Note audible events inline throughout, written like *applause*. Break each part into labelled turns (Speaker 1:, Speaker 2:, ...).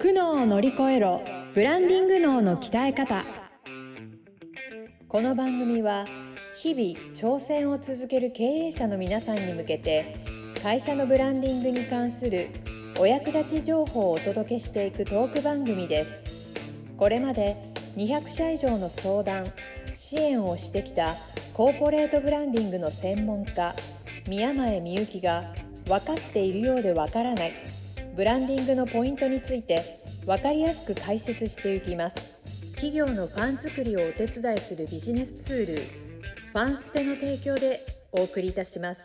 Speaker 1: 苦悩を乗り越えろブランディング脳の鍛え方この番組は日々挑戦を続ける経営者の皆さんに向けて会社のブランディングに関するお役立ち情報をお届けしていくトーク番組ですこれまで200社以上の相談支援をしてきたコーポレートブランディングの専門家宮前みゆきが分かっているようで分からないブランディングのポイントについて分かりやすく解説していきます企業のファン作りをお手伝いするビジネスツールファンステの提供でお送りいたします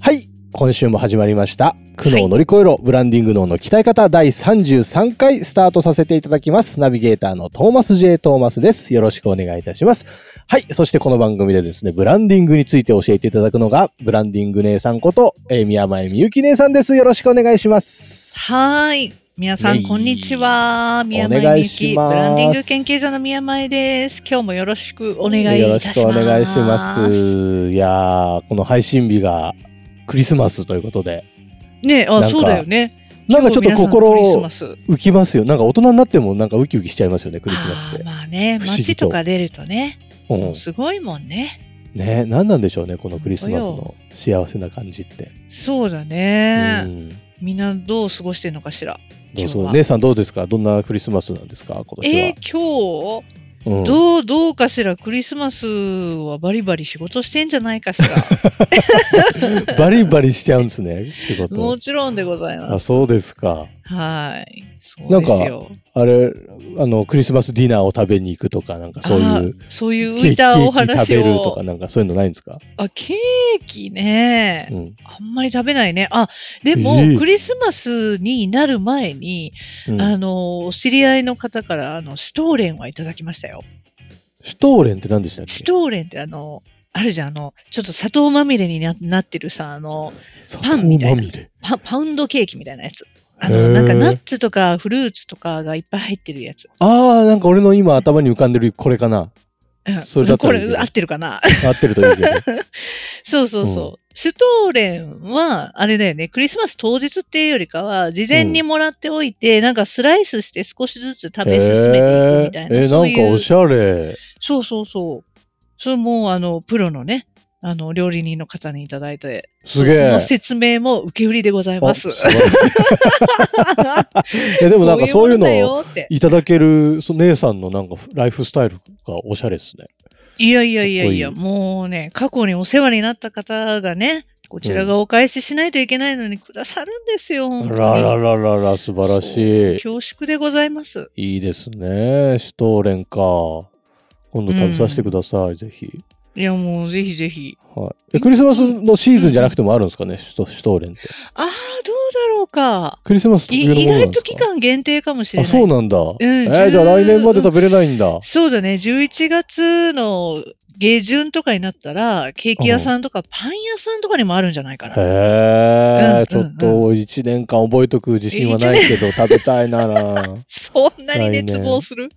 Speaker 2: はい今週も始まりました苦悩を乗り越えろ、ブランディング脳の鍛え方第33回スタートさせていただきますナビゲーターのトーマス J トーマスですよろしくお願いいたしますはいそしてこの番組でですねブランディングについて教えていただくのがブランディング姉さんこと、えー宮前みゆき姉さんですよろしくお願いします
Speaker 3: はーい。皆さ
Speaker 2: イェ
Speaker 3: ん、
Speaker 2: イ
Speaker 3: こんにちは。宮
Speaker 2: お願
Speaker 3: 前
Speaker 2: い
Speaker 3: みゆき、
Speaker 2: し
Speaker 3: ブ
Speaker 2: ます
Speaker 3: ランディング研究所の宮前です。今日もよろしくお願いいたします。
Speaker 2: よろしくお願いしますいやーこの配信日がクリスマスということで
Speaker 3: ねえ、
Speaker 2: なん
Speaker 3: あ、
Speaker 2: か
Speaker 3: そうだよね。
Speaker 2: なんかちょっと
Speaker 3: 今日皆
Speaker 2: 心
Speaker 3: さんクリスマス
Speaker 2: 浮きますよなんか大人になってもなんかウキウキしちゃいますよねクリスマスっ
Speaker 3: あー
Speaker 2: て、
Speaker 3: まあね、
Speaker 2: 不思議
Speaker 3: 街
Speaker 2: と
Speaker 3: とか出るとね、
Speaker 2: うん、
Speaker 3: すごいもんね。
Speaker 2: ね何なんでしょうねこのクリスマス
Speaker 3: 本
Speaker 2: の幸せな感じって、
Speaker 3: そうだ
Speaker 2: う
Speaker 3: ね。
Speaker 2: ん
Speaker 3: みんなどう過ごしてんのかしら。
Speaker 2: どう
Speaker 3: 今日
Speaker 2: ぞ
Speaker 3: は
Speaker 2: 姉さんどうですかどんなクリスマスなんですか今年は、
Speaker 3: えー、今日
Speaker 2: うん
Speaker 3: どう、どうかしらクリスマスはバリバリ仕事してんじゃないかしら。
Speaker 2: *laughs* バリバリしち *laughs* ゃうんですね仕
Speaker 3: も
Speaker 2: 事
Speaker 3: ちろんでございます
Speaker 2: あ。そうですか
Speaker 3: はい。そうですよ。
Speaker 2: あれあのクリスマスディナーを食べに行くとかなんかそう
Speaker 3: あ
Speaker 2: いう
Speaker 3: そういう浮
Speaker 2: ケー
Speaker 3: い
Speaker 2: キ
Speaker 3: たお
Speaker 2: ケーキ食
Speaker 3: 話
Speaker 2: べると
Speaker 3: を
Speaker 2: か。なんかそういうのないんですか、
Speaker 3: あ、ケーキね、
Speaker 2: うん
Speaker 3: あんまり食べないね。あ、でも、
Speaker 2: ええ
Speaker 3: クリスマスになる前に、
Speaker 2: うん
Speaker 3: あの、お知り合いの方から、あの、シュトーレンはいただきましたよ。
Speaker 2: シュトーレンって何でしたっ
Speaker 3: シュ
Speaker 2: け
Speaker 3: トーレンってあの、あるじゃん、あの、ちょっと砂糖まみれにななってるさ、あの、パンみたい
Speaker 2: 砂糖
Speaker 3: な
Speaker 2: まみれ
Speaker 3: パパウンドケーキみたいなやつ。あ
Speaker 2: へ
Speaker 3: の、
Speaker 2: え
Speaker 3: なんかナッツとかフルーツとかがいっぱい入ってるやつ。
Speaker 2: ああなんか俺の今頭に浮かんでるこれかな
Speaker 3: うん
Speaker 2: それだった
Speaker 3: こ
Speaker 2: らいいけど
Speaker 3: れ合ってるかな
Speaker 2: 合ってるといいけど
Speaker 3: *laughs* そうそうそう。
Speaker 2: う
Speaker 3: シュトーレンは、あれだよね、クリスマス当日っていうよりかは、事前にもらっておいて、なんかスライスして少しずつ食べ進めていくみたいな。
Speaker 2: えーえー
Speaker 3: そう
Speaker 2: ないん
Speaker 3: う
Speaker 2: かおしゃれ
Speaker 3: そうそうそう。それも、あの、プロのね、あの、料理人の方にいただいて、
Speaker 2: すげえ
Speaker 3: その説明も受け売りでございます。
Speaker 2: あ素晴らしいいやでもなんかそういうのを
Speaker 3: *laughs* こもだよって
Speaker 2: いただけるそ姉さんのなんかライフスタイルがおしゃれですね。
Speaker 3: いやいやいやいや、
Speaker 2: かっ
Speaker 3: もうね、過去にお世話になった方がね、こちらがお返ししないといけないのにくださるんですよ、
Speaker 2: あ
Speaker 3: 本当に
Speaker 2: ららららら素晴らし
Speaker 3: 恐縮でございます。
Speaker 2: い。いいですね。シュトーレンか。今度食べさせてください、ぜひ。
Speaker 3: いやもうぜひぜひ。
Speaker 2: はい、えクリスマスのシーズンじゃなくてもあるんですかね、シュトシュトーレンって。
Speaker 3: ああ、どうだろうか。
Speaker 2: クリスマス特有
Speaker 3: い
Speaker 2: の
Speaker 3: 意
Speaker 2: ものな
Speaker 3: 外
Speaker 2: んで
Speaker 3: と
Speaker 2: すか
Speaker 3: 期間限定かもしれ
Speaker 2: あ、
Speaker 3: ない。
Speaker 2: そうなんだ。えー
Speaker 3: 10
Speaker 2: じゃあ来年まで食べれないんだ。
Speaker 3: そうだね。11月の下旬とかになったら、ケーキ屋さんとかパン屋さんとかにもあるんじゃないかな。
Speaker 2: へえ、
Speaker 3: うんうんうん
Speaker 2: ちょっと一年間覚えとく自信はないけど、食べたいなら。
Speaker 3: そんなに熱望する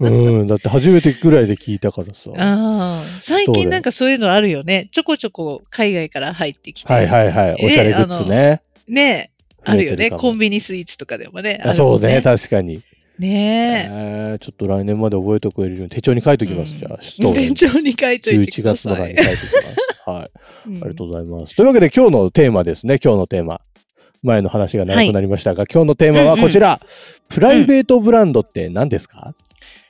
Speaker 2: うん、だって初めてぐらいで聞いたからさ。は
Speaker 3: あー最近なんかそういうのあるよね。ちょこちょこ海外から入ってきて。
Speaker 2: いはいはい。おしゃれグッズね。
Speaker 3: ねえあるよね。コン
Speaker 2: ビ
Speaker 3: ビニスイーツとかでもね。あ
Speaker 2: あ
Speaker 3: る
Speaker 2: そ
Speaker 3: も
Speaker 2: う
Speaker 3: ん
Speaker 2: ね、。確かに。
Speaker 3: ねえ。
Speaker 2: えーちょっと来年まで覚えておくれるように手帳に書いときます。
Speaker 3: うん
Speaker 2: じゃあ、ストー
Speaker 3: 店
Speaker 2: ン。
Speaker 3: 長に書いといて
Speaker 2: 11
Speaker 3: くだ
Speaker 2: 月
Speaker 3: さ
Speaker 2: の
Speaker 3: い。
Speaker 2: 欄に書いときます。
Speaker 3: *laughs*
Speaker 2: はい。
Speaker 3: う
Speaker 2: あ
Speaker 3: ん
Speaker 2: りがとうございます。というわけで今日のテーマですね、今日のテーマ。前の話が長くなりましたが、今日のテーマはこちら。プライベートブランドって何ですか、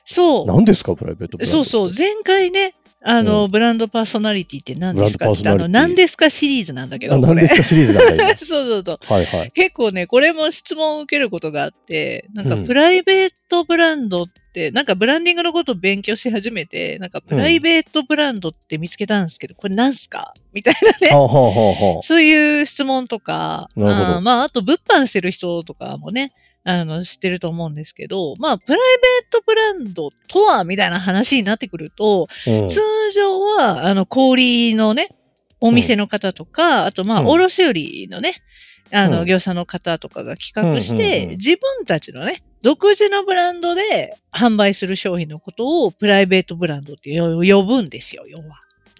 Speaker 3: そう。
Speaker 2: 何ですか、プライベートブランド
Speaker 3: そ
Speaker 2: っ
Speaker 3: う
Speaker 2: て。
Speaker 3: そう前回ねあの、ブランドパーソナリティって何ですかって言っ
Speaker 2: ブランドパーソナリティ
Speaker 3: たあの何ですかシリーズなんだけど
Speaker 2: あ
Speaker 3: こ
Speaker 2: 何で
Speaker 3: れ
Speaker 2: すかシリーズなん
Speaker 3: *laughs*
Speaker 2: だよ。
Speaker 3: そうそうそう
Speaker 2: はいはい。
Speaker 3: 結構ねこれも質問を受けることがあってなんか
Speaker 2: うん
Speaker 3: プライベートブランドって、なんかブランディングのことを勉強し始めてなんかプライベートブランドって見つけたんですけど、これなんすかみたいなね
Speaker 2: はあ、はあはあはあ
Speaker 3: そういう質問とかあ
Speaker 2: なるほど
Speaker 3: ーまああと物販してる人とかもねあの知ってると思うんですけどまあプライベートブランドとはみたいな話になってくると、
Speaker 2: うん
Speaker 3: 通常は、あの、氷のね、お店の方とか、あと、まあ、
Speaker 2: うん
Speaker 3: 卸売のね、あ
Speaker 2: う
Speaker 3: の、
Speaker 2: ん
Speaker 3: 業者の方とかが企画し
Speaker 2: うんうん
Speaker 3: て
Speaker 2: う、ん
Speaker 3: 自分たちのね、独自のブランドで販売する商品のことをプライベートブランドってよ呼ぶんですよ、要は。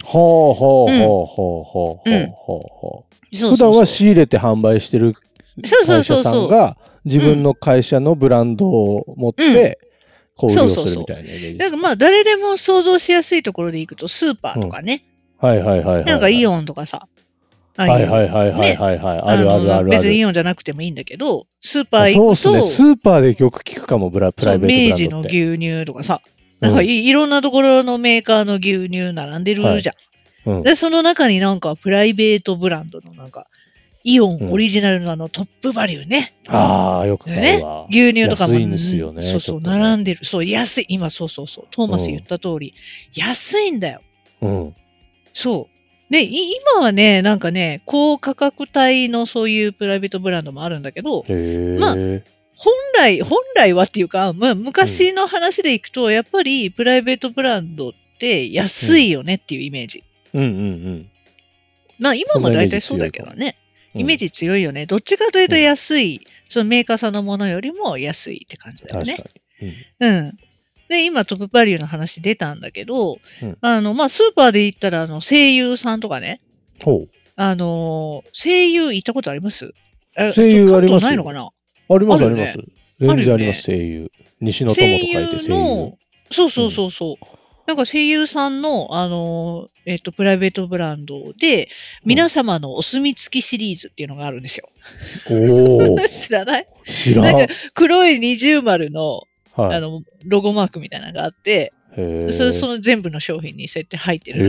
Speaker 2: ほうほうほうほうほうほうほうほう
Speaker 3: そうそうそう
Speaker 2: 普段は仕入れて販売してる
Speaker 3: そうそう
Speaker 2: 会
Speaker 3: そ
Speaker 2: 社
Speaker 3: う
Speaker 2: さ
Speaker 3: そ
Speaker 2: ん
Speaker 3: う。
Speaker 2: が自分の会社のブランドを持って、こう売りをするみたいなイメージで
Speaker 3: だ
Speaker 2: すか。
Speaker 3: からまあ誰でも想像しやすいところでいくとスーパーとかね、
Speaker 2: はいはいはいはい。
Speaker 3: なんかイオンとかさ。は
Speaker 2: はいはいはいはいはいはい。あるあるあるあ
Speaker 3: 別にイ
Speaker 2: る。
Speaker 3: オンじゃなくてもいいんだけど、スーパ
Speaker 2: あ
Speaker 3: ー
Speaker 2: そう
Speaker 3: 行
Speaker 2: っ
Speaker 3: く
Speaker 2: す
Speaker 3: と、
Speaker 2: ね。スーパーでよく聞くかも、ブラプライベー
Speaker 3: 明
Speaker 2: トブ
Speaker 3: 治
Speaker 2: ラ
Speaker 3: の
Speaker 2: ンドって。
Speaker 3: 牛乳とかさ、なんかい,、ろんなところのメーカーの牛乳並んでるじゃん。
Speaker 2: うんうん
Speaker 3: で、その中になんかプライベートブランドのなんか、イオ
Speaker 2: うん
Speaker 3: ンオリジナルのあのトップバリューね。
Speaker 2: ああ、よく買
Speaker 3: ね
Speaker 2: うわ。
Speaker 3: 牛乳とかも。
Speaker 2: 安いんですよね
Speaker 3: そうそう、
Speaker 2: ちょっとね
Speaker 3: 並んでる。そう、安い。今、そうそうそう。トーマス
Speaker 2: うん
Speaker 3: 言った通り、安いんだよ。
Speaker 2: うん。
Speaker 3: そう。で、い今はね、なんかね、高価格帯のそういうプライベートブランドもあるんだけど、
Speaker 2: へ
Speaker 3: まあ
Speaker 2: え。
Speaker 3: 本来、本来はっていうか、まあ、昔の話でいくと、やっぱりプライベートブランドって安いよねっていうイメージ。
Speaker 2: うんうんうん。
Speaker 3: まあ、今も大体そうだけどね。
Speaker 2: うん
Speaker 3: イメージ強いよね。どっちかというと安い、そのメーカーさんのものよりも安いって感じだよ
Speaker 2: 確か
Speaker 3: ね
Speaker 2: に。。うん
Speaker 3: うん。で、今トップバリューの話出たんだけど、
Speaker 2: うん
Speaker 3: あの、まあ、スーパーで言ったら、あの、声優さんとかね、
Speaker 2: ほ
Speaker 3: あのー声優行ったことありますあ
Speaker 2: 声優ありますよ
Speaker 3: 関東ないのかな
Speaker 2: う。ありますあ
Speaker 3: あ
Speaker 2: り
Speaker 3: る
Speaker 2: ま
Speaker 3: ね
Speaker 2: す。全然あ
Speaker 3: あるよ
Speaker 2: り
Speaker 3: ね
Speaker 2: ます、声優。西野友
Speaker 3: 声
Speaker 2: と書いて
Speaker 3: 優
Speaker 2: 声優
Speaker 3: の。、そうそうそうそう。なんか声優さんの、あのーえっ、と、プライベートブランドで、皆様のお墨付きシリーズっていうのがあるんですよ。
Speaker 2: おお
Speaker 3: *laughs* 知らない
Speaker 2: 知らん。
Speaker 3: なん黒い二重丸の、
Speaker 2: は
Speaker 3: あ
Speaker 2: い。
Speaker 3: の、ロゴマークみたいなのがあって、
Speaker 2: へえ。
Speaker 3: それその全部の商品にそうやって入ってるの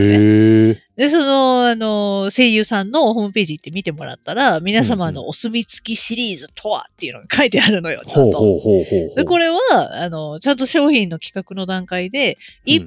Speaker 2: へ
Speaker 3: ね。
Speaker 2: え。
Speaker 3: で、その、あの、声優さんのホームページ行って見てもらったら、皆様のお墨付きシリーズとはっていうのが書いてあるのよ、ちゃ
Speaker 2: ほ
Speaker 3: ん
Speaker 2: う
Speaker 3: と。
Speaker 2: ほうほうほうほう。
Speaker 3: で、これは、あの、ちゃんと商品の企画の段階で、一
Speaker 2: うん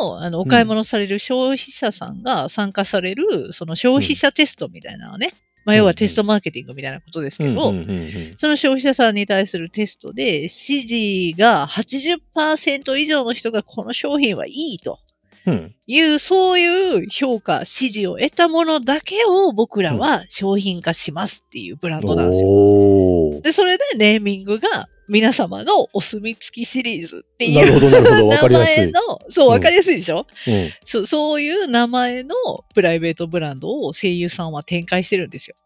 Speaker 3: 般の、あの、お買い物される消費者さんが参加される、その消費者テストみたいなのね。まあ、要はテストマーケティングみたいなことですけど、
Speaker 2: うんうんうんうん
Speaker 3: その消費者さんに対するテストで、支持が80%以上の人がこの商品はいいと。
Speaker 2: うん。
Speaker 3: いう、そういう評価、支持を得たものだけを僕らは商品化しますっていうブランドなんですよ。
Speaker 2: おお。
Speaker 3: で、それでネーミングが皆様のお墨付きシリーズって
Speaker 2: なる
Speaker 3: い
Speaker 2: ほ
Speaker 3: う。
Speaker 2: ど、なるほど。わか
Speaker 3: 名
Speaker 2: りやす
Speaker 3: 前
Speaker 2: い
Speaker 3: の。、そう、
Speaker 2: うん
Speaker 3: わかりやすいでしょ、
Speaker 2: うん
Speaker 3: そうそういう名前のプライベートブランドを声優さんは展開してるんですよ。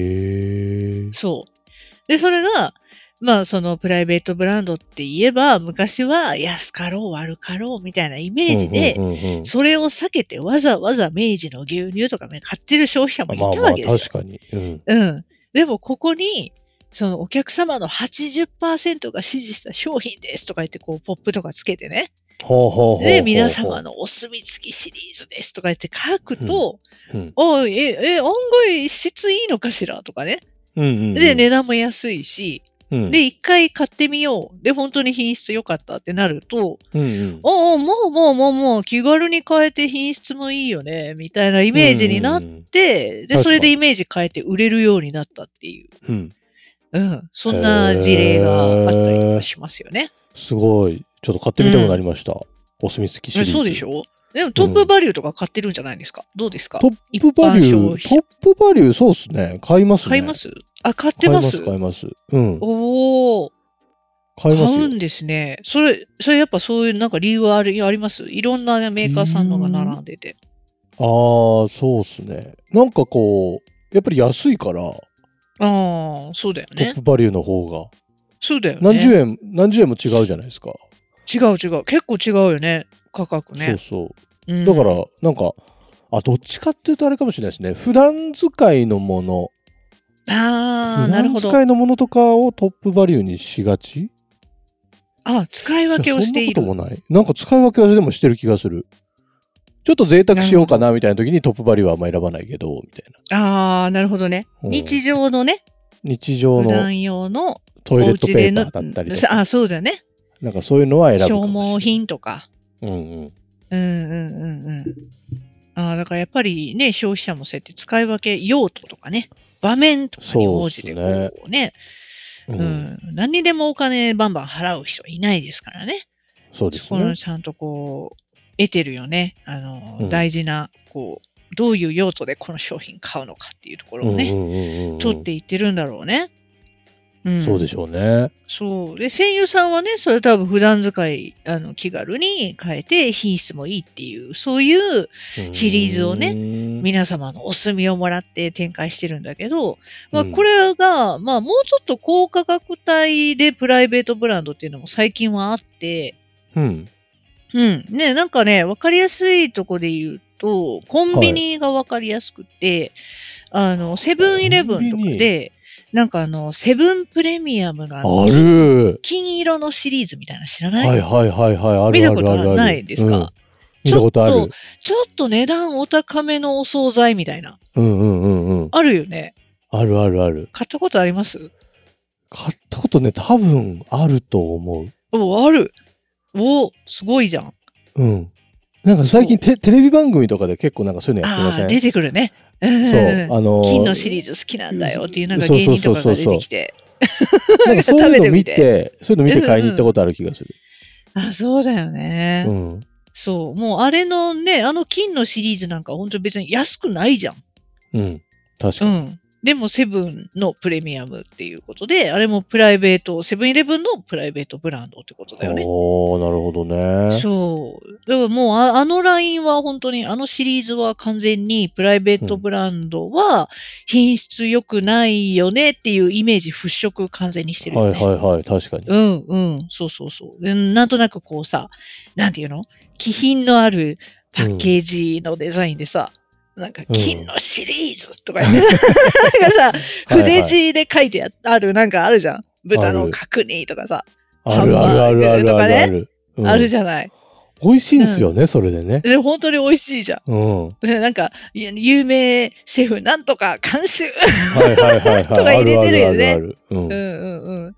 Speaker 2: へえ。
Speaker 3: そう。で、それが、まあ、そのプライベートブランドって言えば、昔は安かろう悪かろうみたいなイメージで
Speaker 2: うんうんうんうん
Speaker 3: それを避けてわざわざ明治の牛乳とかね、買ってる消費者もい
Speaker 2: まあ
Speaker 3: た
Speaker 2: ま
Speaker 3: わ
Speaker 2: あ、
Speaker 3: けです
Speaker 2: 確
Speaker 3: よ。
Speaker 2: かに。うん。
Speaker 3: うん。でもここに、そのお客様の80%が支持した商品ですとか言って、こう、ポップとかつけてね。
Speaker 2: ほうほうほうほう。
Speaker 3: で、皆様のお墨付きシリーズですとか言って書くと、
Speaker 2: うん。
Speaker 3: おい、え、え、案外質いいのかしらとかね。
Speaker 2: うんうんうん。
Speaker 3: で、値段も安いし、
Speaker 2: うん、
Speaker 3: で、一回買ってみよう。で、本当に品質良かったってなると、
Speaker 2: うんうん。
Speaker 3: おうおう、もうもうもうもう気軽に変えて品質もいいよね、みたいなイ
Speaker 2: イ
Speaker 3: メージになっ
Speaker 2: うん確かに
Speaker 3: て、で、それでイメージ変えて売れるようになったってい
Speaker 2: う
Speaker 3: う、
Speaker 2: ん。
Speaker 3: うん、そんな事例があったりはしますよね。
Speaker 2: すごい。ちょっと買ってみたくなりました。お墨付きシリーズ。
Speaker 3: そうでしょでもトップバリューとか買ってるんじゃないですかどうですか
Speaker 2: トップバリ
Speaker 3: 一般
Speaker 2: ュ
Speaker 3: 消費
Speaker 2: ー、
Speaker 3: 者
Speaker 2: トップバリュー、そうっすね。買いますね。
Speaker 3: 買いますあ、買って
Speaker 2: 買い
Speaker 3: ま
Speaker 2: ますす、買います。うん。
Speaker 3: おお、
Speaker 2: 買
Speaker 3: 買
Speaker 2: いますよ
Speaker 3: うんですね。それ、それやっぱそういうなんか理由はありありますいろんなメーカーさんのが並んでて。
Speaker 2: ああ、そうっすね。なんかこう、やっぱり安いから、
Speaker 3: ああ、そうだよ
Speaker 2: トッ
Speaker 3: ね
Speaker 2: プ。バリューの方が。
Speaker 3: そうだよね。
Speaker 2: 何十円、何十円も違うじゃないですか。
Speaker 3: 違う違う。結構違うよね。価格ね。
Speaker 2: そうそうう。
Speaker 3: ん
Speaker 2: だから、なんか、あ、どっちかっていうとあれかもしれないですね。普段使いのもの、
Speaker 3: ああ、
Speaker 2: 普
Speaker 3: なる
Speaker 2: 段
Speaker 3: ほど。
Speaker 2: 使いのものとかをトップバリューにしがち
Speaker 3: あ、使い分けをしてい
Speaker 2: そん
Speaker 3: る
Speaker 2: な。こともない。なんか使い分けはでもしてる気がする。ちょっと贅沢しようかなみたいな時にトップバリューはあんま選ばないけど、みたいな。
Speaker 3: ああ、なるほどね。
Speaker 2: うん
Speaker 3: 日常のね、
Speaker 2: 日常
Speaker 3: 普
Speaker 2: の
Speaker 3: 段用の
Speaker 2: トイレ
Speaker 3: お
Speaker 2: ット
Speaker 3: 家
Speaker 2: ペ
Speaker 3: で
Speaker 2: ー
Speaker 3: の
Speaker 2: パーだったりと
Speaker 3: あ
Speaker 2: か、
Speaker 3: そうだよね。
Speaker 2: なんかそういうのは選ぶか
Speaker 3: 消
Speaker 2: もしれない
Speaker 3: 耗。品とか。
Speaker 2: うんうん。
Speaker 3: うんうんうんうん。ああ、だからやっぱりね、消費者もそうやって使い分け用途とかね、場面とかに応じてこ
Speaker 2: そうっ
Speaker 3: うね、
Speaker 2: う
Speaker 3: うんん、何にでもお金バンバン払う人いないですからね。
Speaker 2: そうで
Speaker 3: そ
Speaker 2: す
Speaker 3: この
Speaker 2: ね。
Speaker 3: ちゃんとこう、得てるよね。あの、
Speaker 2: うん
Speaker 3: 大事な、こう、どういう用途でこの商品買うのかっていうところをね、
Speaker 2: うんうんうんうん
Speaker 3: 取っていってるんだろうね。うん
Speaker 2: そうでしょうね。
Speaker 3: そう。で、声優さんはね、それ多分普段使い、あの、気軽に変えて、品質もいいっていう、そういうシリーズをね
Speaker 2: ね。
Speaker 3: 皆様のお墨をもらって展開してるんだけど、まあ、
Speaker 2: うん
Speaker 3: これが、まあ、もうちょっと高価格帯でプライベートブランドっていうのも最近はあって、
Speaker 2: うん。
Speaker 3: うん。ね、なんかね、わかりやすいとこで言うと、コンビニがわかりやすくて、あの、セブンイレブンとか
Speaker 2: コンビ
Speaker 3: で、なんかあの、セブンプレミアムが
Speaker 2: ある
Speaker 3: 金色のシリーズみたいなの知らない、
Speaker 2: はいはいはいはい。あるあるある
Speaker 3: 見たことはないですか
Speaker 2: うん見たことあ
Speaker 3: ちょっ
Speaker 2: る
Speaker 3: と。ちょっと値段お高めのお惣菜みたいな。
Speaker 2: うんうんうんうん。
Speaker 3: あるよね。
Speaker 2: あるあるある。
Speaker 3: 買ったことあります
Speaker 2: 買ったことね、多分あると思う。
Speaker 3: お、ある。お、すごいじゃん。
Speaker 2: うん。なんか最近テテレビ番組とかで結構なんかそういうのやって
Speaker 3: あ
Speaker 2: ま
Speaker 3: あ
Speaker 2: せ
Speaker 3: ー、
Speaker 2: ん
Speaker 3: 出てくるね。うん
Speaker 2: そう。あのー
Speaker 3: 金のシリーズ好きなんだよっていうなんか
Speaker 2: そう
Speaker 3: 芸
Speaker 2: そう
Speaker 3: 人
Speaker 2: そ
Speaker 3: と
Speaker 2: う
Speaker 3: か
Speaker 2: そう
Speaker 3: が出てきて。
Speaker 2: なんかそういうの見
Speaker 3: 食べ
Speaker 2: て、そういうの見て買いに行ったことある気がする。
Speaker 3: あ、そうだよね。
Speaker 2: うん。
Speaker 3: そう。もうあれのね、あの金のシリーズなんか本当別に安くないじゃん。
Speaker 2: うん。確か
Speaker 3: う
Speaker 2: に。
Speaker 3: ん。でもセブンのプレミアムっていうことで、あれもプライベート、セブンイレブンのプライベートブランドってことだよね。
Speaker 2: おー、なるほどね。
Speaker 3: そう。だからもうあ、あのラインは本当に、あのシリーズは完全にプライベートブランドは品質良くないよねっていうイメージ払拭完全にしてる
Speaker 2: は
Speaker 3: よ
Speaker 2: い
Speaker 3: ね。
Speaker 2: はいはい、確かに。
Speaker 3: うんうん。そうそうそう。でなんとなくこうさ、なんていうの気品のあるパッケージのデザインでさ、なんか
Speaker 2: うん
Speaker 3: 金のシリーズとか言っ
Speaker 2: *laughs*
Speaker 3: て、なんかさ、筆字で書いてあるなんかあるじゃん。豚の角煮とかさ、
Speaker 2: あるあるあるあるあるある。うん
Speaker 3: あるじゃない。
Speaker 2: 美味しいんすよね、それでね。
Speaker 3: で、本当に美味しいじゃん。 *laughs*
Speaker 2: うん。は
Speaker 3: でなんか、いや有名シェフなんとか監修。
Speaker 2: いはいはい
Speaker 3: とか
Speaker 2: はい。あ
Speaker 3: 入
Speaker 2: る
Speaker 3: れ
Speaker 2: あ
Speaker 3: てる
Speaker 2: るあ
Speaker 3: よね
Speaker 2: るある。うん
Speaker 3: *laughs* うんうんうん。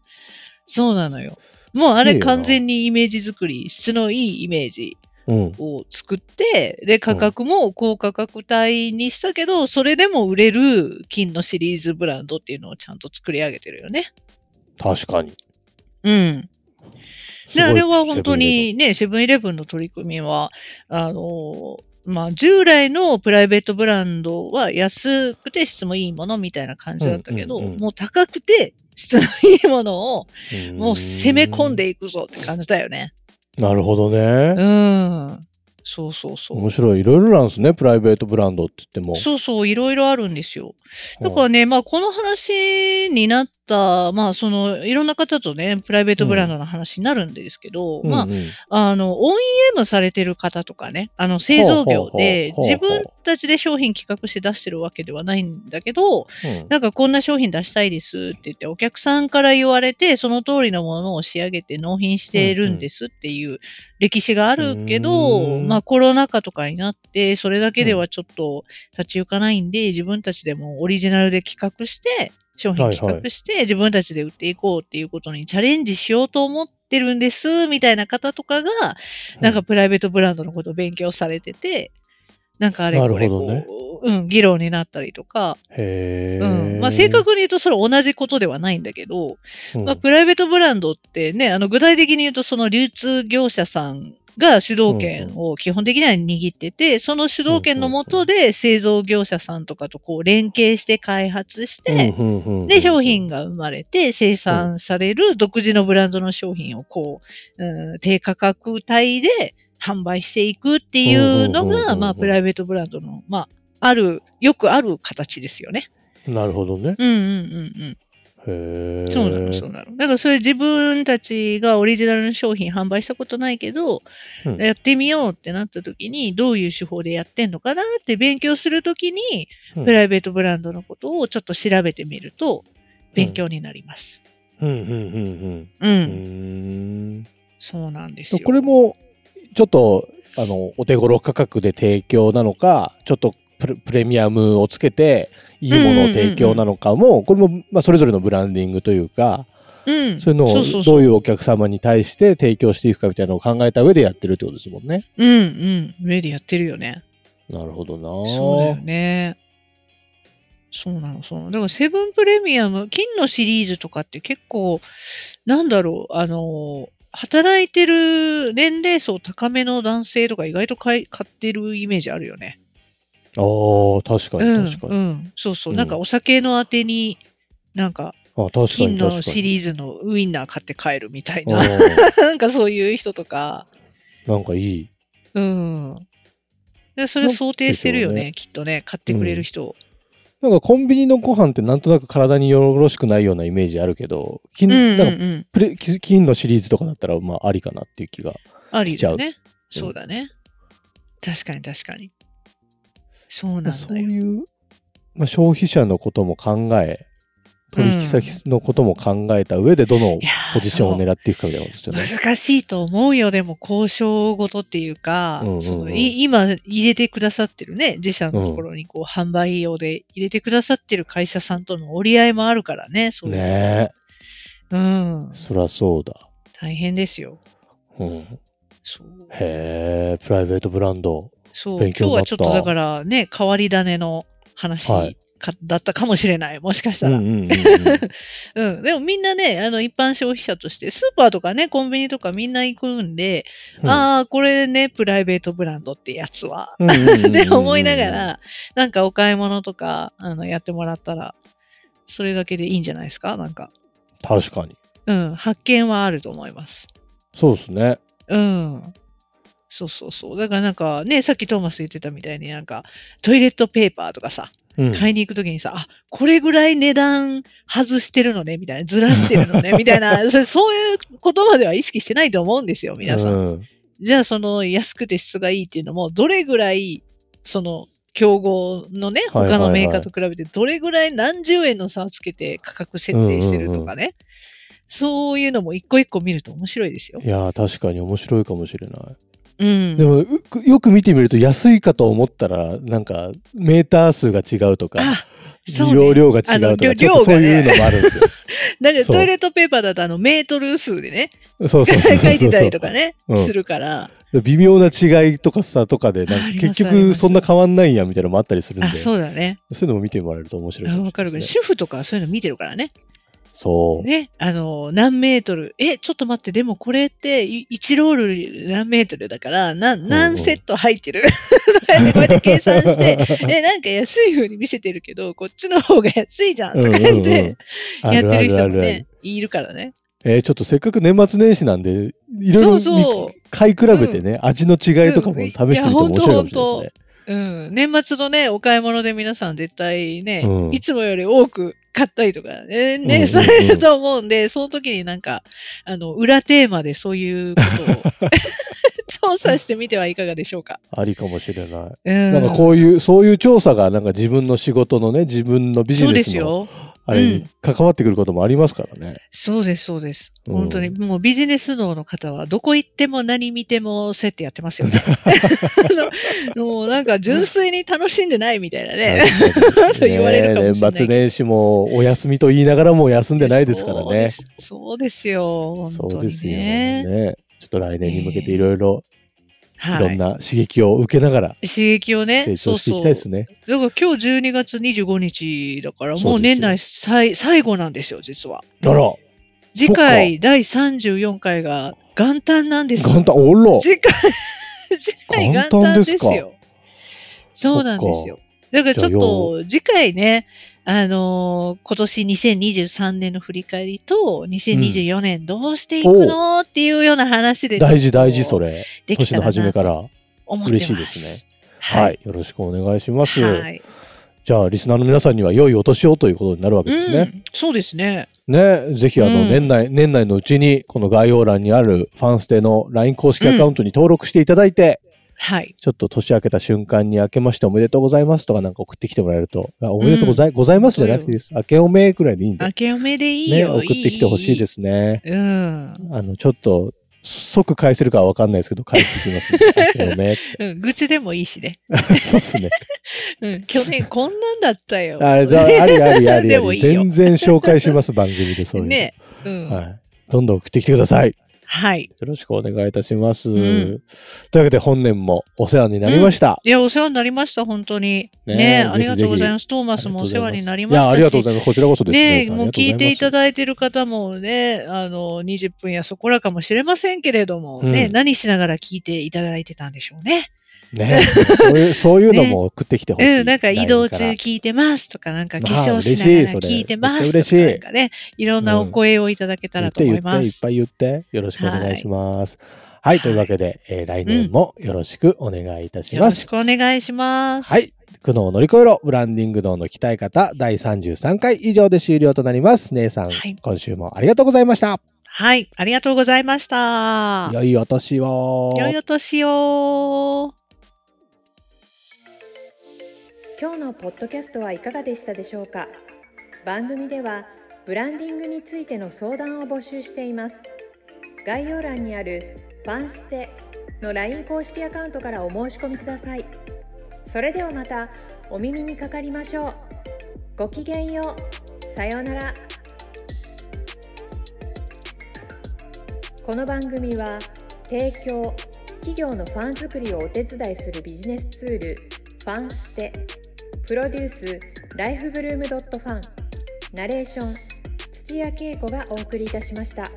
Speaker 3: そうなのよ。もうあれ
Speaker 2: すげえな
Speaker 3: 完全にイメージ作り、質のいいイメージ
Speaker 2: うん。
Speaker 3: を作って、で、価格も高価格帯にしたけど、それでも売れる金のシリーズブランドっていうのをちゃんと作り上げてるよね。
Speaker 2: 確かに。
Speaker 3: うん。
Speaker 2: す
Speaker 3: で、
Speaker 2: ごい
Speaker 3: あれは本当。にね、セブンイレブンの取り組みは、あの、まあ、従来のプライベートブランドは安くて質もいいものみたいな感じだったけど、
Speaker 2: うんうんうん
Speaker 3: もう高くて質のいいものを
Speaker 2: セブンイレブン
Speaker 3: もう攻め込ん。でいくぞって感じだよね。
Speaker 2: うんなるほど
Speaker 3: う
Speaker 2: ね。
Speaker 3: ん。そうそうそう
Speaker 2: 面。白い。いろいろなんですね、プライベートブランドって言っても。
Speaker 3: そうそう、いろいろあるんです
Speaker 2: う
Speaker 3: よ。
Speaker 2: ん
Speaker 3: だからね、まあ、この話になった、まあ、その、いろんな方とね、プライベートブランドの話になるんですけど、まあ
Speaker 2: うん、うん
Speaker 3: あの、OEM されてる方とかね、あの、製造業で、
Speaker 2: ほうほうほうほう
Speaker 3: 自分たちで商品企画して出してるわけではないんだけど、なんかこんな商品出したいですって言って、お客さんから言われて、その通りのものを仕上げて納品してるんですっていう歴史があるけど、
Speaker 2: うん
Speaker 3: まあコロナ禍とかになって、それだけではちょっと立ち行かないんで、自分たちでもオリジナルで企画して、商品企画して、自分たちで売っていこうっていうことにチャレンジしようと思ってるんです、みたいな方とかが、なんかプライベートブランドのことを勉強されてて、なんかあれこれこう、
Speaker 2: なる
Speaker 3: うん、議論になったりとか、
Speaker 2: へ
Speaker 3: うん
Speaker 2: え。
Speaker 3: まあ、正確に言うとそれ同じことではないんだけど、
Speaker 2: うん。
Speaker 3: まあ、プライベートブランドってねあの具体的に言うとその流通業者さんが主導権を基本的には握ってて、その主導権のもとで製造業者さんとかとこう連携して開発して、
Speaker 2: うんうんうんうん
Speaker 3: で、商品が生まれて生産される独自のブランドの商品をこう、うん低価格帯で販売していくっていうの
Speaker 2: うんうんうんう
Speaker 3: が、
Speaker 2: ん
Speaker 3: まあ、プライベートブランドの、まあ、ある、よくある形ですよね。
Speaker 2: なるほどね。
Speaker 3: うんうんうんうん。
Speaker 2: へえ。
Speaker 3: そうなの、そうなの。だからそれ自分たちがオリジナルの商品販売したことないけど、
Speaker 2: うん
Speaker 3: やってみようってなった時に、どういう手法でやってんのかなって勉強するときに、
Speaker 2: うん
Speaker 3: プライベートブランドのことをちょっと調べてみると、勉強になります。
Speaker 2: うんうん
Speaker 3: うん。
Speaker 2: うんうん。うーん。
Speaker 3: そうなんですよ。
Speaker 2: これもちょっとあのお手頃価格で提供なのかちょっとプレプレミアムをつけていいものを提供なのかも、これも、まあ、それぞれのブランディングというか、
Speaker 3: うん、
Speaker 2: そういうの
Speaker 3: そ
Speaker 2: を
Speaker 3: うそ
Speaker 2: ど
Speaker 3: う
Speaker 2: ういうお客様に対して提供していくかみたいなのを考えた上でやってるってことですもんね。
Speaker 3: うんうん。上でやってるよね。
Speaker 2: なるほどな
Speaker 3: そうだよね。そうなの、そうなの。だから、セブンプレミアム、金のシリーズとかって結構、なんだろう、あの、働いてる年齢層高めの男性とか意外と買い買ってるイメージあるよね。
Speaker 2: あー確か
Speaker 3: う
Speaker 2: に
Speaker 3: ん、
Speaker 2: 確か
Speaker 3: う
Speaker 2: に。
Speaker 3: ん。そうそ
Speaker 2: う
Speaker 3: う。
Speaker 2: ん
Speaker 3: なんかお酒のあてに、なんか
Speaker 2: あ、確かに確かに。
Speaker 3: 金のシリーズのウインナー買って帰るみたい
Speaker 2: うん
Speaker 3: な、なんかそういう人とか、
Speaker 2: なんかいい。
Speaker 3: うん。でそれ想定してるよね、
Speaker 2: なん
Speaker 3: きっとね、買ってくれる人。
Speaker 2: なんかコンビニのご飯ってなんとなく体によろしくないようなイメージあるけど、金、
Speaker 3: うんうんう
Speaker 2: なんか
Speaker 3: ん。
Speaker 2: プレ金金のシリーズとかだったら、まあありかなっていう気が。
Speaker 3: ありだよ
Speaker 2: し
Speaker 3: ね。そうだね。確かに確かに。そうなんだよ。
Speaker 2: そういう、まあ、消費者のことも考え、取引先のことも考えた上で、どの
Speaker 3: いやー
Speaker 2: ポジションを
Speaker 3: そう
Speaker 2: 狙っていくかみたいなことですよね。
Speaker 3: 難しいと思うよ、でも交渉ごとっていうか、
Speaker 2: うんうんうん
Speaker 3: そのい今入れてくださってるね、自社のところにこう販売用で入れてくださってる会社さんとの折り合いもあるからね、そういう。
Speaker 2: ねえ、
Speaker 3: うん。
Speaker 2: そりゃそうだ。
Speaker 3: 大変ですよ。
Speaker 2: うん、
Speaker 3: そう。
Speaker 2: へえ、プライベートブランド。
Speaker 3: そう
Speaker 2: 勉
Speaker 3: 今日
Speaker 2: 強にな
Speaker 3: は
Speaker 2: った
Speaker 3: ちょっとだからね、変わり種の話か、
Speaker 2: はい
Speaker 3: だったかもしれない、もしかしたら。
Speaker 2: うんうんうんうん
Speaker 3: うん、でもみんなね、あの一般消費者として、スーパーとかね、コンビニとかみんな行くんで、 *laughs* ああ、これね、プライベートブランドってやつは、
Speaker 2: うんうんうんうんうん
Speaker 3: って思いながら、なんかお買い物とか、あの、やってもらったら、それだけでいいんじゃないですかなんか。
Speaker 2: 確かに。
Speaker 3: うん、発見はあると思います。
Speaker 2: そうですね。
Speaker 3: うん。そうそうそう。だからなんかね、さっきトーマス言ってたみたいになんか、トイレットペーパーとかさ、
Speaker 2: うん
Speaker 3: 買いに行くときにさ、あ、これぐらい値段外してるのね、みたいな、ずらしてる
Speaker 2: *laughs*
Speaker 3: のね、みたいな、それそういうことまでは意識してないと思うんですよ、皆さん。
Speaker 2: うん
Speaker 3: じゃあその安くて質がいいっていうのも、どれぐらい、その、競合のね、
Speaker 2: はいはいは
Speaker 3: 他
Speaker 2: い
Speaker 3: のメーカーと比べて、どれぐらい何十円の差をつけて価格設定してるとかね。そういうのも一個一個見ると面白いですよ。
Speaker 2: いやー確かに面白いかもしれない。
Speaker 3: うん。
Speaker 2: でもうくよく見てみると安いかと思ったらなんかメーター数が違うとか
Speaker 3: あ、そうね
Speaker 2: 容量が違うと
Speaker 3: あ
Speaker 2: か
Speaker 3: の
Speaker 2: ちょっとそういうのもあるん
Speaker 3: *laughs*
Speaker 2: ですよ。
Speaker 3: だって
Speaker 2: そう
Speaker 3: トイレットペーパーだとあのメートル数でね、
Speaker 2: そうそうそう
Speaker 3: 書
Speaker 2: そうそ
Speaker 3: いて
Speaker 2: う
Speaker 3: たりとかね、
Speaker 2: うん
Speaker 3: するから。
Speaker 2: 微妙な違いとかさとかで
Speaker 3: ああ
Speaker 2: なん
Speaker 3: り
Speaker 2: か
Speaker 3: ます
Speaker 2: 結
Speaker 3: ありま
Speaker 2: 局
Speaker 3: す
Speaker 2: そんな変わんないんやみたいなのもあったりするん
Speaker 3: あ、
Speaker 2: でそ
Speaker 3: そうだね。
Speaker 2: ういうのも見てもらえると面白い
Speaker 3: あ
Speaker 2: も
Speaker 3: わかる
Speaker 2: しれない
Speaker 3: わかる。
Speaker 2: ですね
Speaker 3: 主婦とかはそういうの見てるからね。
Speaker 2: そう、
Speaker 3: ね、あの、何メートル。え、ちょっと待って、でもこれってい1ロール何メートルだから、な
Speaker 2: うん
Speaker 3: 何セット入ってる *laughs* とかってこうやって計算して、え、なんか安い風に見せてるけど、こっちの方が安いじゃんとか言っ
Speaker 2: うんうんうん
Speaker 3: て、
Speaker 2: あ
Speaker 3: やっ
Speaker 2: るあ
Speaker 3: てる
Speaker 2: るあ
Speaker 3: 人も
Speaker 2: るある
Speaker 3: ね、いるからね。
Speaker 2: えーちょっとせっかく年末年始なんでいろいろ
Speaker 3: そうそう
Speaker 2: 見買い比べてね、味の違いとかも試してみても面白いかもしれないですね。
Speaker 3: うん、年末のね、お買い物で皆さん絶対ね、
Speaker 2: うん
Speaker 3: いつもより多く買ったりとかね、
Speaker 2: うんうんう
Speaker 3: ね
Speaker 2: ん
Speaker 3: されると思うんで、その時になんか、あの、裏テーマでそうい
Speaker 2: *laughs*
Speaker 3: うことを調査してみてはいかがでしょうか。
Speaker 2: ありかもしれない。
Speaker 3: うん。
Speaker 2: なんかこういう、そういう調査がなんか自分の仕事のね、自分のビジ
Speaker 3: そう
Speaker 2: ネ
Speaker 3: で
Speaker 2: ス
Speaker 3: す
Speaker 2: の
Speaker 3: よ。
Speaker 2: あれ
Speaker 3: う
Speaker 2: に
Speaker 3: ん
Speaker 2: 関わってくることもありますからね。
Speaker 3: そうです、そうです。
Speaker 2: うん
Speaker 3: 本当に、もうビジネス脳の方は、どこ行っても何見ても、そうやってやっ
Speaker 2: *laughs*
Speaker 3: てますよね。あのもうなんか、純粋に楽しんでないみたいなね。
Speaker 2: 確かに
Speaker 3: *laughs* そう言われるかもしれない
Speaker 2: ね年末年始もお休みと言いながらも休んでないですから
Speaker 3: そうで
Speaker 2: ね。
Speaker 3: す。そうですよ。本当
Speaker 2: そ
Speaker 3: に、ね。
Speaker 2: うですよね。ちょっと来年に向けていろいろ、い
Speaker 3: は
Speaker 2: ろん
Speaker 3: い。
Speaker 2: な刺激を受けながら
Speaker 3: 刺激をね、
Speaker 2: 成長していきたいですね。
Speaker 3: そうそう。だから今日12月25日だから、
Speaker 2: そ
Speaker 3: も
Speaker 2: う
Speaker 3: う
Speaker 2: ですよ
Speaker 3: 年内最最後なんですよ、実は。
Speaker 2: あら、
Speaker 3: 次回、第34回が元旦なんですよ。
Speaker 2: 元旦、おら、*laughs*
Speaker 3: 次回、次回元旦です
Speaker 2: 元旦
Speaker 3: よ。そうなんですよ。だからちょっ
Speaker 2: じゃあよ
Speaker 3: と次回ね、あのー今年2023年の振り返りと、2024年どうしていくの、っていうような話で、
Speaker 2: 大事大事そ。れ。
Speaker 3: でき
Speaker 2: 年
Speaker 3: た
Speaker 2: の
Speaker 3: らな
Speaker 2: 初めか
Speaker 3: と
Speaker 2: ら。
Speaker 3: 思ってま
Speaker 2: 嬉
Speaker 3: す。
Speaker 2: しいですね。
Speaker 3: は。
Speaker 2: はいい。よろしくお願いします。
Speaker 3: はい。
Speaker 2: じゃあ、リスナーの皆さんには良いお年をということになるわけですね。
Speaker 3: うん、そうですね。
Speaker 2: ね、ぜひあの、
Speaker 3: うん
Speaker 2: 年内、年内のうちに、この概要欄にあるファンステの LINE 公式アカウントに登録していただいて、
Speaker 3: はい。
Speaker 2: ちょっと年明けた瞬間に明けましておめでとうございますとかなんか送ってきてもらえると、あおめでとうござい、ございますじゃなくていいです。明けおめくらいでいいんで
Speaker 3: 明、けおめでいい
Speaker 2: ね、
Speaker 3: よ。。
Speaker 2: 送ってきてほしいですすね。
Speaker 3: うん。
Speaker 2: あの、ちょっと、即返せるかはわかんないですけど、返してきますんで、
Speaker 3: *laughs*
Speaker 2: 明けおめっ
Speaker 3: うん、愚痴でもいいしね。
Speaker 2: て。そうですね。
Speaker 3: うん、去年こんなんだったよ。
Speaker 2: *laughs* あ、じゃあ、ありありありあり
Speaker 3: でもいいよ
Speaker 2: 全然紹介します、番組でそういうの。
Speaker 3: ね。うん。は。
Speaker 2: はいい。どんどん送ってきてください。よろしくお願いいたします。
Speaker 3: ん
Speaker 2: というわけで本年もお世話になりました。
Speaker 3: いや、お世話になりました、本当に。
Speaker 2: ね
Speaker 3: ね
Speaker 2: ぜひ
Speaker 3: ありがとうございます。トーマスもお世話になりましたし。
Speaker 2: いや、ありがとうございます。こちらこそですね。
Speaker 3: ねもう聞いていた
Speaker 2: い
Speaker 3: だいてる方もね、あの、20分やそこらかもしれませんけれども、ね、
Speaker 2: うん
Speaker 3: 何しながら聞いていただいてたんでしょうね。
Speaker 2: ね。そういう、そういうのも送ってきてほしい。
Speaker 3: うん、なんか移動
Speaker 2: LINE
Speaker 3: 中
Speaker 2: から
Speaker 3: 聞いてますとか、なんか化
Speaker 2: まあ
Speaker 3: 粧し
Speaker 2: 嬉
Speaker 3: な
Speaker 2: しい
Speaker 3: が
Speaker 2: それ
Speaker 3: ら聞いてますと
Speaker 2: めっちゃ嬉
Speaker 3: か、
Speaker 2: しい
Speaker 3: なんかね、いろんなお声をいただけたらと思
Speaker 2: 言
Speaker 3: い
Speaker 2: って言っ
Speaker 3: ま
Speaker 2: て、いっ
Speaker 3: す。
Speaker 2: ぱい言って。よろしくお願いします。はい、というわけで、えー来年もよろしくお願いいたし
Speaker 3: よろ
Speaker 2: ま
Speaker 3: し
Speaker 2: す。
Speaker 3: くお願いします。
Speaker 2: はい。苦悩を乗り越えろ、ブランディング脳の鍛え方、第33回以上で終了となります。姉さん、
Speaker 3: はい
Speaker 2: 今週もありがとうございました。
Speaker 3: はい、ありがとうございました。
Speaker 2: 良いお年を。
Speaker 3: 良いお年を。
Speaker 1: 今日のポッドキャストはいかがでしたでしょうか番組ではブランディングについての相談を募集しています概要欄にあるファンステの LINE 公式アカウントからお申し込みくださいそれではまたお耳にかかりましょうごきげんようさようならこの番組は提供企業のファン作りをお手伝いするビジネスツールファンステプロデュースライフブルームドットファンナレーション土屋恵子がお送りいたしました。